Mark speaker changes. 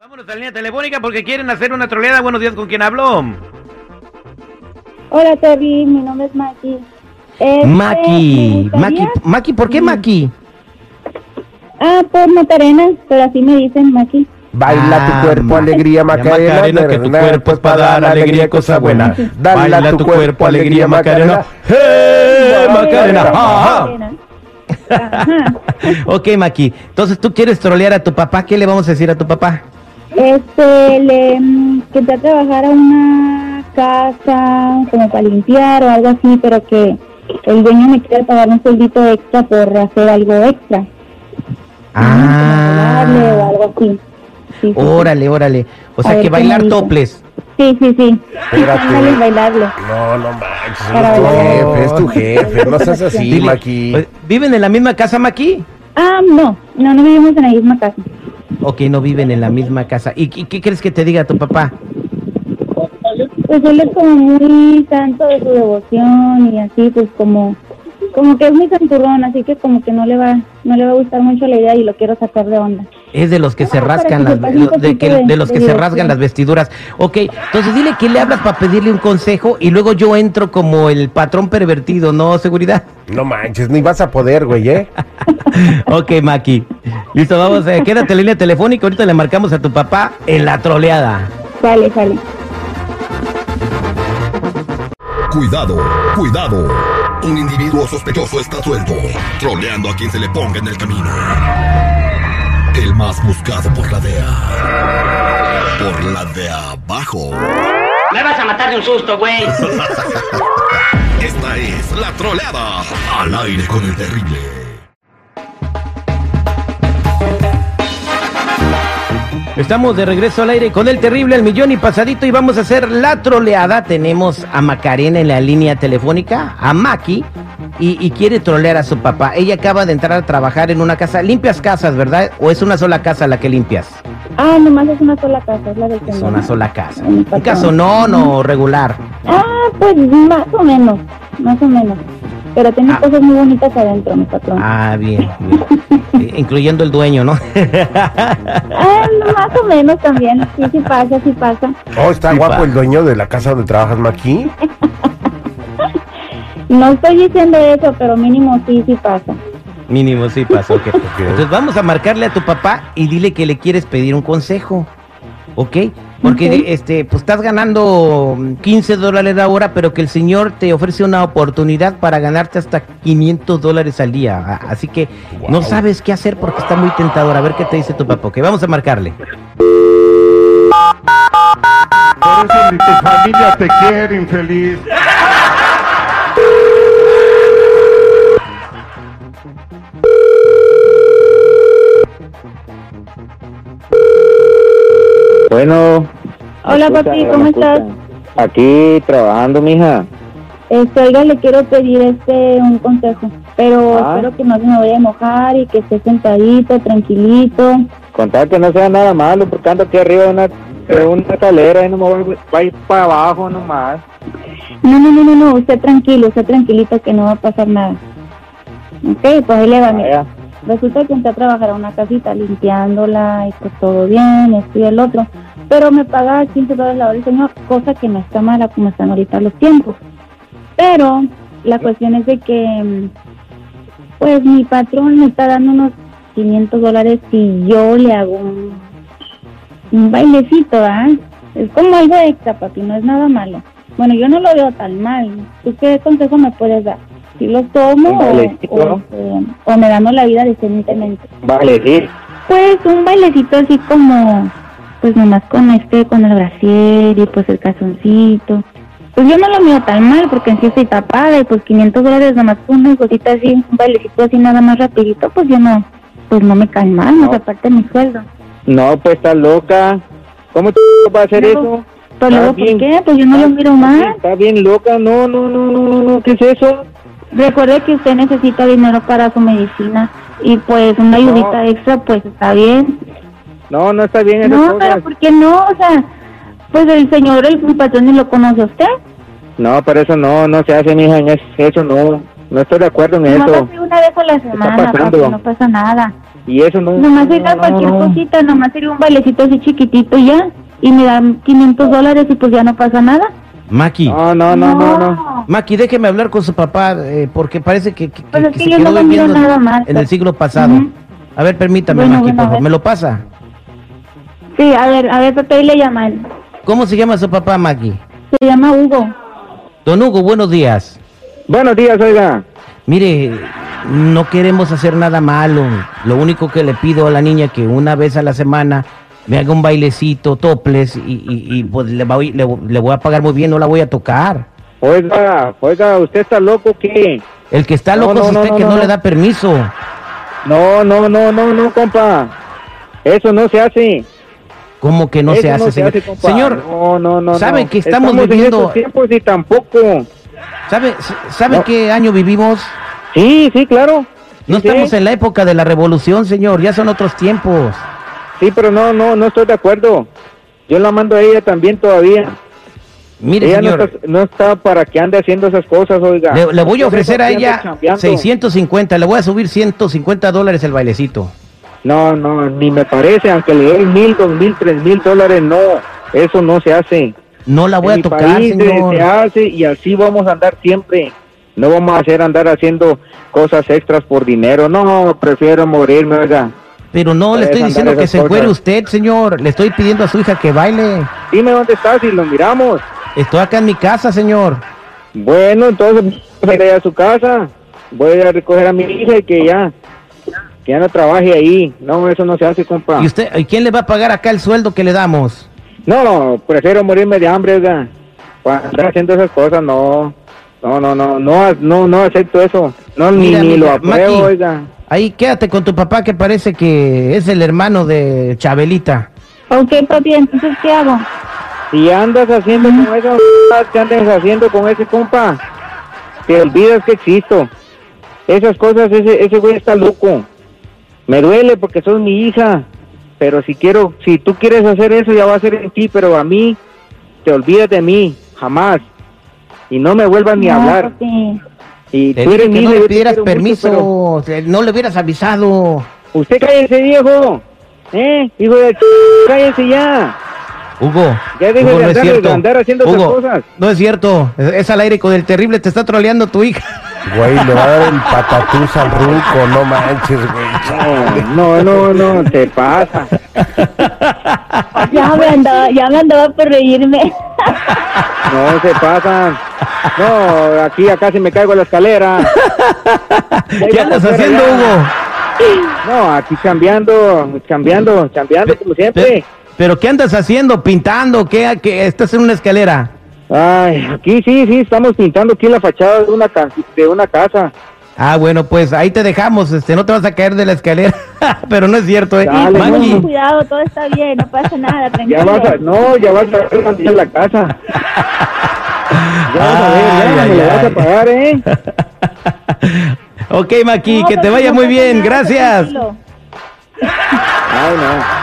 Speaker 1: Vámonos a la línea telefónica porque quieren hacer una troleada. Buenos días, ¿con quién habló?
Speaker 2: Hola, Terry. Mi nombre es Maki. Este, me
Speaker 3: Maki,
Speaker 2: gustaría-
Speaker 3: Maki, Maki, ¿por qué Maki?
Speaker 2: Ah, por Macarena, pero así me dicen Maki.
Speaker 4: Baila
Speaker 3: Ah,
Speaker 4: tu cuerpo,
Speaker 3: ma-
Speaker 4: alegría, Macarena.
Speaker 5: Macarena, que tu
Speaker 4: verdad, pues,
Speaker 5: cuerpo
Speaker 3: pues,
Speaker 5: es
Speaker 4: pa'
Speaker 5: para dar alegría y cosas buenas.
Speaker 4: Dale a tu cuerpo, alegría, Macarena.
Speaker 5: ¡Eh, Macarena!
Speaker 4: Macarena.
Speaker 5: ¡Ah, ah!
Speaker 2: Ajá.
Speaker 3: Ok, Maki. Entonces tú quieres trolear a tu papá. ¿Qué le vamos a decir a tu papá?
Speaker 2: Este, le, mm, que entré a trabajar a una casa como para limpiar o algo así, pero que el dueño me quiere pagar un sueldito extra por hacer algo extra. Como arreglarle O
Speaker 3: Ah,
Speaker 2: algo así. Sí, sí, sí.
Speaker 3: órale, órale. O
Speaker 2: A
Speaker 3: sea
Speaker 2: ver,
Speaker 3: que
Speaker 2: ¿qué me
Speaker 3: bailar
Speaker 2: dice?
Speaker 3: toples.
Speaker 2: Sí, sí, sí.
Speaker 4: Espérate.
Speaker 2: Ándale, bailarlo.
Speaker 4: No, no manches.
Speaker 2: Para
Speaker 4: Es tu
Speaker 2: bailar.
Speaker 4: jefe, es tu jefe. No seas así,
Speaker 3: Dile,
Speaker 4: Maki.
Speaker 3: pues, ¿Viven en la misma casa, Maki?
Speaker 2: Ah, no, no, no vivimos en la misma casa.
Speaker 3: Ok, no viven en la misma casa. ¿Y qué, qué crees que te diga tu papá?
Speaker 2: Pues él es como muy santo de su devoción y así, pues como, como que es muy santurrón, así que como que no le va, no le va a gustar mucho la idea y lo quiero sacar de onda.
Speaker 3: Es de los que se
Speaker 2: No, para
Speaker 3: rasgan
Speaker 2: que
Speaker 3: las,
Speaker 2: sepas un
Speaker 3: de, de que-
Speaker 2: poquito de-
Speaker 3: de los que
Speaker 2: de
Speaker 3: se
Speaker 2: diversión.
Speaker 3: rasgan las vestiduras. Ok, entonces dile que le hablas para pedirle un consejo y luego yo entro como el patrón pervertido, ¿no? Seguridad.
Speaker 4: No manches, ni vas a poder, güey, ¿eh?
Speaker 3: Ok, Maki. Listo, vamos, eh, quédate en línea telefónica. Ahorita le marcamos a tu papá en la troleada.
Speaker 2: Vale, vale.
Speaker 6: Cuidado, cuidado. Un individuo sospechoso está suelto, troleando a quien se le ponga en el camino. El más buscado por la DEA. Por la de abajo.
Speaker 7: Me vas a matar de un susto, güey.
Speaker 6: Esta es la troleada. Al aire con el terrible.
Speaker 3: Estamos de regreso al aire con el terrible al millón y pasadito y vamos a hacer la troleada. Tenemos a Macarena en la línea telefónica, a Maki, y, y quiere trolear a su papá. Ella acaba de entrar a trabajar en una casa. Limpias casas, ¿verdad? ¿O es una sola casa la que limpias?
Speaker 2: Ah, nomás es una sola casa, es la del
Speaker 3: Es
Speaker 2: señor.
Speaker 3: una sola casa.
Speaker 2: Ay, mi
Speaker 3: Un
Speaker 2: patrón.
Speaker 3: caso no, no, regular.
Speaker 2: Ah, pues más o menos, más o menos. Pero tiene
Speaker 3: Ah.
Speaker 2: cosas muy bonitas adentro, mi patrón. Ah,
Speaker 3: Ah, bien, bien. Eh, Incluyendo el dueño, ¿no?
Speaker 2: Ah, no, más o menos también. Sí, sí pasa, sí pasa.
Speaker 4: Oh, está
Speaker 3: Sí,
Speaker 4: guapo
Speaker 3: pa.
Speaker 4: el dueño de la casa donde trabajas, Maki.
Speaker 2: No estoy diciendo eso, pero mínimo sí, sí pasa.
Speaker 3: Mínimo, sí pasa, ok. Entonces vamos a marcarle a tu papá y dile que le quieres pedir un consejo, ¿ok? Porque
Speaker 2: Ok.
Speaker 3: de- este, pues estás ganando mm, 15 dólares la hora, pero que el señor te ofrece una oportunidad para ganarte hasta 500 dólares al día. A- Así que no sabes qué hacer porque está muy tentador. A ver qué te dice tu papá, ok, vamos a marcarle.
Speaker 8: Por eso ni tu familia te quiere, infeliz.
Speaker 9: Bueno.
Speaker 2: Hola,
Speaker 9: ¿me
Speaker 2: papi,
Speaker 9: escucha?
Speaker 2: ¿cómo
Speaker 9: ¿Me
Speaker 2: estás?
Speaker 9: escucha? Aquí trabajando, mija.
Speaker 2: Este, oiga, le quiero pedir este un consejo, pero
Speaker 9: Ah.
Speaker 2: espero que no se me vaya a enojar y que esté sentadito, tranquilito.
Speaker 9: Contar que no sea nada malo, porque ando aquí arriba de una, de una escalera y no me voy, voy a ir para abajo nomás.
Speaker 2: No, no, no, no, no, usted tranquilo, usted tranquilito que no va a pasar nada. Ok, pues ahí le va, mira.
Speaker 9: Vaya.
Speaker 2: Resulta que entré a trabajar a una casita limpiándola y pues todo bien, esto y el otro. Pero me pagaba 15 dólares la hora el señor, cosa que no está mala como están ahorita los tiempos. Pero la cuestión es de que, mm, pues mi patrón me está dando unos 500 dólares si yo le hago un, un bailecito, ¿ah? Es como algo extra, papi, no es nada malo. Bueno, yo no lo veo tan mal. ¿Tú qué consejo me puedes dar? ¿Si lo tomo
Speaker 9: Un
Speaker 2: o-
Speaker 9: bailecito.
Speaker 2: o, eh, o me gano la vida decentemente?
Speaker 9: Vale, sí.
Speaker 2: Pues un bailecito así como, pues nomás con este, con el brasier y pues el calzoncito. Pues yo no lo miro tan mal porque en sí estoy tapada y pues 500 dólares nomás una cosita así, un bailecito así nada más rapidito, pues yo no, pues no me caen mal, más
Speaker 9: No.
Speaker 2: aparte de mi sueldo.
Speaker 9: No, pues estás loca. ¿Cómo te va a hacer
Speaker 2: No,
Speaker 9: eso?
Speaker 2: Pero
Speaker 9: Está
Speaker 2: luego, ¿por
Speaker 9: bien.
Speaker 2: qué? Pues yo no lo miro mal.
Speaker 9: Está bien loca. No, no, no, no, no, no. ¿Qué es eso?
Speaker 2: Recuerde que usted necesita dinero para su medicina y pues una ayudita extra pues está bien.
Speaker 9: No, no está bien. esas
Speaker 2: No,
Speaker 9: cosas.
Speaker 2: pero ¿por qué no? O sea, pues el señor, el patrón ni lo conoce a usted.
Speaker 9: No, pero eso no, no se hace, mija. es- Eso no. No estoy de acuerdo en
Speaker 2: Nomás
Speaker 9: eso.
Speaker 2: así una vez a la semana,
Speaker 9: pasando?
Speaker 2: papi, no pasa nada.
Speaker 9: Y eso no...
Speaker 2: Nomás era
Speaker 9: no,
Speaker 2: cualquier
Speaker 9: no.
Speaker 2: cosita, nomás era un bailecito así chiquitito y ya. Y me dan 500 dólares y pues ya no pasa nada.
Speaker 3: Maki,
Speaker 2: Ah.
Speaker 9: No, no, no, no, no.
Speaker 3: Maki, déjeme hablar con su papá, eh, porque parece que, que-
Speaker 2: Pues
Speaker 3: que-
Speaker 2: es que
Speaker 3: que se
Speaker 2: yo
Speaker 3: quedó
Speaker 2: no me miro
Speaker 3: viviendo
Speaker 2: nada más.
Speaker 3: en el siglo pasado.
Speaker 2: Ujú.
Speaker 3: A ver, permítame,
Speaker 2: Bueno,
Speaker 3: Maki,
Speaker 2: bueno,
Speaker 3: por
Speaker 2: a
Speaker 3: favor,
Speaker 2: ver.
Speaker 3: ¿me lo pasa?
Speaker 2: Sí, a ver, a ver, Pepe, ahí le llaman.
Speaker 3: ¿Cómo se llama su papá, Maki?
Speaker 2: Se llama Hugo.
Speaker 3: Don Hugo, buenos días.
Speaker 9: Buenos días, oiga.
Speaker 3: Mire, no queremos hacer nada malo. Lo único que le pido a la niña que una vez a la semana me haga un bailecito, toples, y, y- y, pues le, voy, le, le voy a pagar muy bien, no la voy a tocar.
Speaker 9: Oiga, oiga, ¿usted está loco o qué?
Speaker 3: El que está
Speaker 9: No,
Speaker 3: loco
Speaker 9: no,
Speaker 3: es
Speaker 9: no,
Speaker 3: usted
Speaker 9: no,
Speaker 3: que no,
Speaker 9: no,
Speaker 3: le
Speaker 9: no.
Speaker 3: da permiso.
Speaker 9: No, no, no, no, no, compa. Eso no se hace.
Speaker 3: ¿Cómo que no
Speaker 9: Eso
Speaker 3: se hace, señor?
Speaker 9: compa.
Speaker 3: señor,
Speaker 9: no, no, no,
Speaker 3: ¿sabe
Speaker 9: no.
Speaker 3: que estamos
Speaker 9: en
Speaker 3: viviendo-
Speaker 9: esos tiempos y tampoco.
Speaker 3: ¿sabe, sabe
Speaker 9: No.
Speaker 3: qué año vivimos?
Speaker 9: Sí, sí, claro.
Speaker 3: No
Speaker 9: Sí,
Speaker 3: estamos
Speaker 9: sí.
Speaker 3: en la época de la revolución, señor. Ya son otros tiempos.
Speaker 9: Sí, pero no, no, no estoy de acuerdo. Yo la mando a ella también todavía.
Speaker 3: Mire,
Speaker 9: ella
Speaker 3: señor.
Speaker 9: no, está, no está para que ande haciendo esas cosas, oiga.
Speaker 3: Le, le voy a
Speaker 9: Yo
Speaker 3: ofrecer a
Speaker 9: siempre
Speaker 3: ella
Speaker 9: ando chambeando.
Speaker 3: 650, le voy a subir 150 dólares el bailecito.
Speaker 9: No, no, ni me parece, aunque le den mil, dos mil, tres mil dólares, no, eso no se hace.
Speaker 3: No la Ah, voy
Speaker 9: En
Speaker 3: a
Speaker 9: mi
Speaker 3: tocar,
Speaker 9: país se-
Speaker 3: señor.
Speaker 9: se hace y así vamos a andar siempre. No vamos a hacer andar haciendo cosas extras por dinero. No, prefiero morirme, oiga.
Speaker 3: Pero no le
Speaker 9: Puedes
Speaker 3: estoy
Speaker 9: andar
Speaker 3: diciendo que
Speaker 9: esas
Speaker 3: se encuere
Speaker 9: cosas.
Speaker 3: usted, señor. Le estoy pidiendo a su hija que baile.
Speaker 9: Dime dónde estás y lo miramos.
Speaker 3: Estoy acá en mi casa, señor.
Speaker 9: Bueno, entonces voy a ir a su casa. Voy a ir a recoger a mi hija y que ya, que ya no trabaje ahí. No, eso no se hace, compa.
Speaker 3: ¿Y usted, ¿y quién le va a pagar acá el sueldo que le damos?
Speaker 9: No, no, prefiero morirme de hambre, oiga. Para andar haciendo esas cosas, no. No, no, no, no, no, no acepto eso. No, ni,
Speaker 3: Mira,
Speaker 9: ni lo
Speaker 3: mija,
Speaker 9: apruebo,
Speaker 3: Maki.
Speaker 9: oiga.
Speaker 3: Ahí quédate con tu papá que parece que es el hermano de Chabelita.
Speaker 2: Ok, papi, entonces, ¿qué hago?
Speaker 9: Si andas haciendo con esa mierda que andas haciendo con ese compa, te olvidas que existo. Esas cosas, ese, ese güey está loco. Me duele porque sos mi hija. Pero si quiero, si tú quieres hacer eso, ya va a ser en ti. Pero a mí, te olvidas de mí, jamás. Y no me vuelvas ni a
Speaker 2: No,
Speaker 9: hablar.
Speaker 2: papi.
Speaker 9: Y
Speaker 3: Te
Speaker 9: tú
Speaker 3: dije
Speaker 9: eres mi
Speaker 3: que no
Speaker 9: hija, yo
Speaker 3: le
Speaker 9: te
Speaker 3: pidieras
Speaker 9: quiero mucho, pero
Speaker 3: permiso, le- no le hubieras avisado.
Speaker 9: usted cállese, viejo. ¿Eh? Hijo de ch... cállese ya.
Speaker 3: Hugo,
Speaker 9: Ya deja
Speaker 3: Hugo,
Speaker 9: de
Speaker 3: no es
Speaker 9: andar- de
Speaker 3: cierto.
Speaker 9: andar haciendo esas
Speaker 3: Hugo,
Speaker 9: cosas.
Speaker 3: No es cierto, es, es al aire con el terrible, te está troleando tu hija.
Speaker 4: Güey, le va a dar el patatús al ruco, no manches, güey.
Speaker 9: No, no, no, no, te pasa.
Speaker 2: Ya me andaba, ya me andaba por reírme.
Speaker 9: No se pasan. No, aquí acá si me caigo a la escalera.
Speaker 3: ¿Qué andas haciendo, Hugo?
Speaker 9: No, aquí cambiando, cambiando, cambiando como
Speaker 3: Pe-
Speaker 9: siempre.
Speaker 3: ¿Pero qué andas haciendo? ¿Pintando? ¿Qué? qué- ¿Estás en una escalera?
Speaker 9: Ay, aquí sí, sí, estamos pintando aquí la fachada de una ca- de una casa.
Speaker 3: Ah, bueno, pues ahí te dejamos, este, no te vas a caer de la escalera, pero no es cierto, ¿eh?
Speaker 9: Dale,
Speaker 3: Maki,
Speaker 9: no, pues,
Speaker 2: Cuidado, todo está bien, no pasa nada, tranquilo.
Speaker 9: Ya vas a, no, ya vas a ver cuando llegue la casa. Ya vas a ver, ya
Speaker 3: Ay,
Speaker 9: me la
Speaker 3: ay,
Speaker 9: vas
Speaker 3: ay.
Speaker 9: a pagar, ¿eh?
Speaker 3: ok, Maki,
Speaker 2: No,
Speaker 3: que te
Speaker 2: papi,
Speaker 3: vaya
Speaker 2: no
Speaker 3: muy
Speaker 2: pasa
Speaker 3: bien,
Speaker 2: nada,
Speaker 3: gracias.
Speaker 2: tranquilo.
Speaker 9: Ay, no.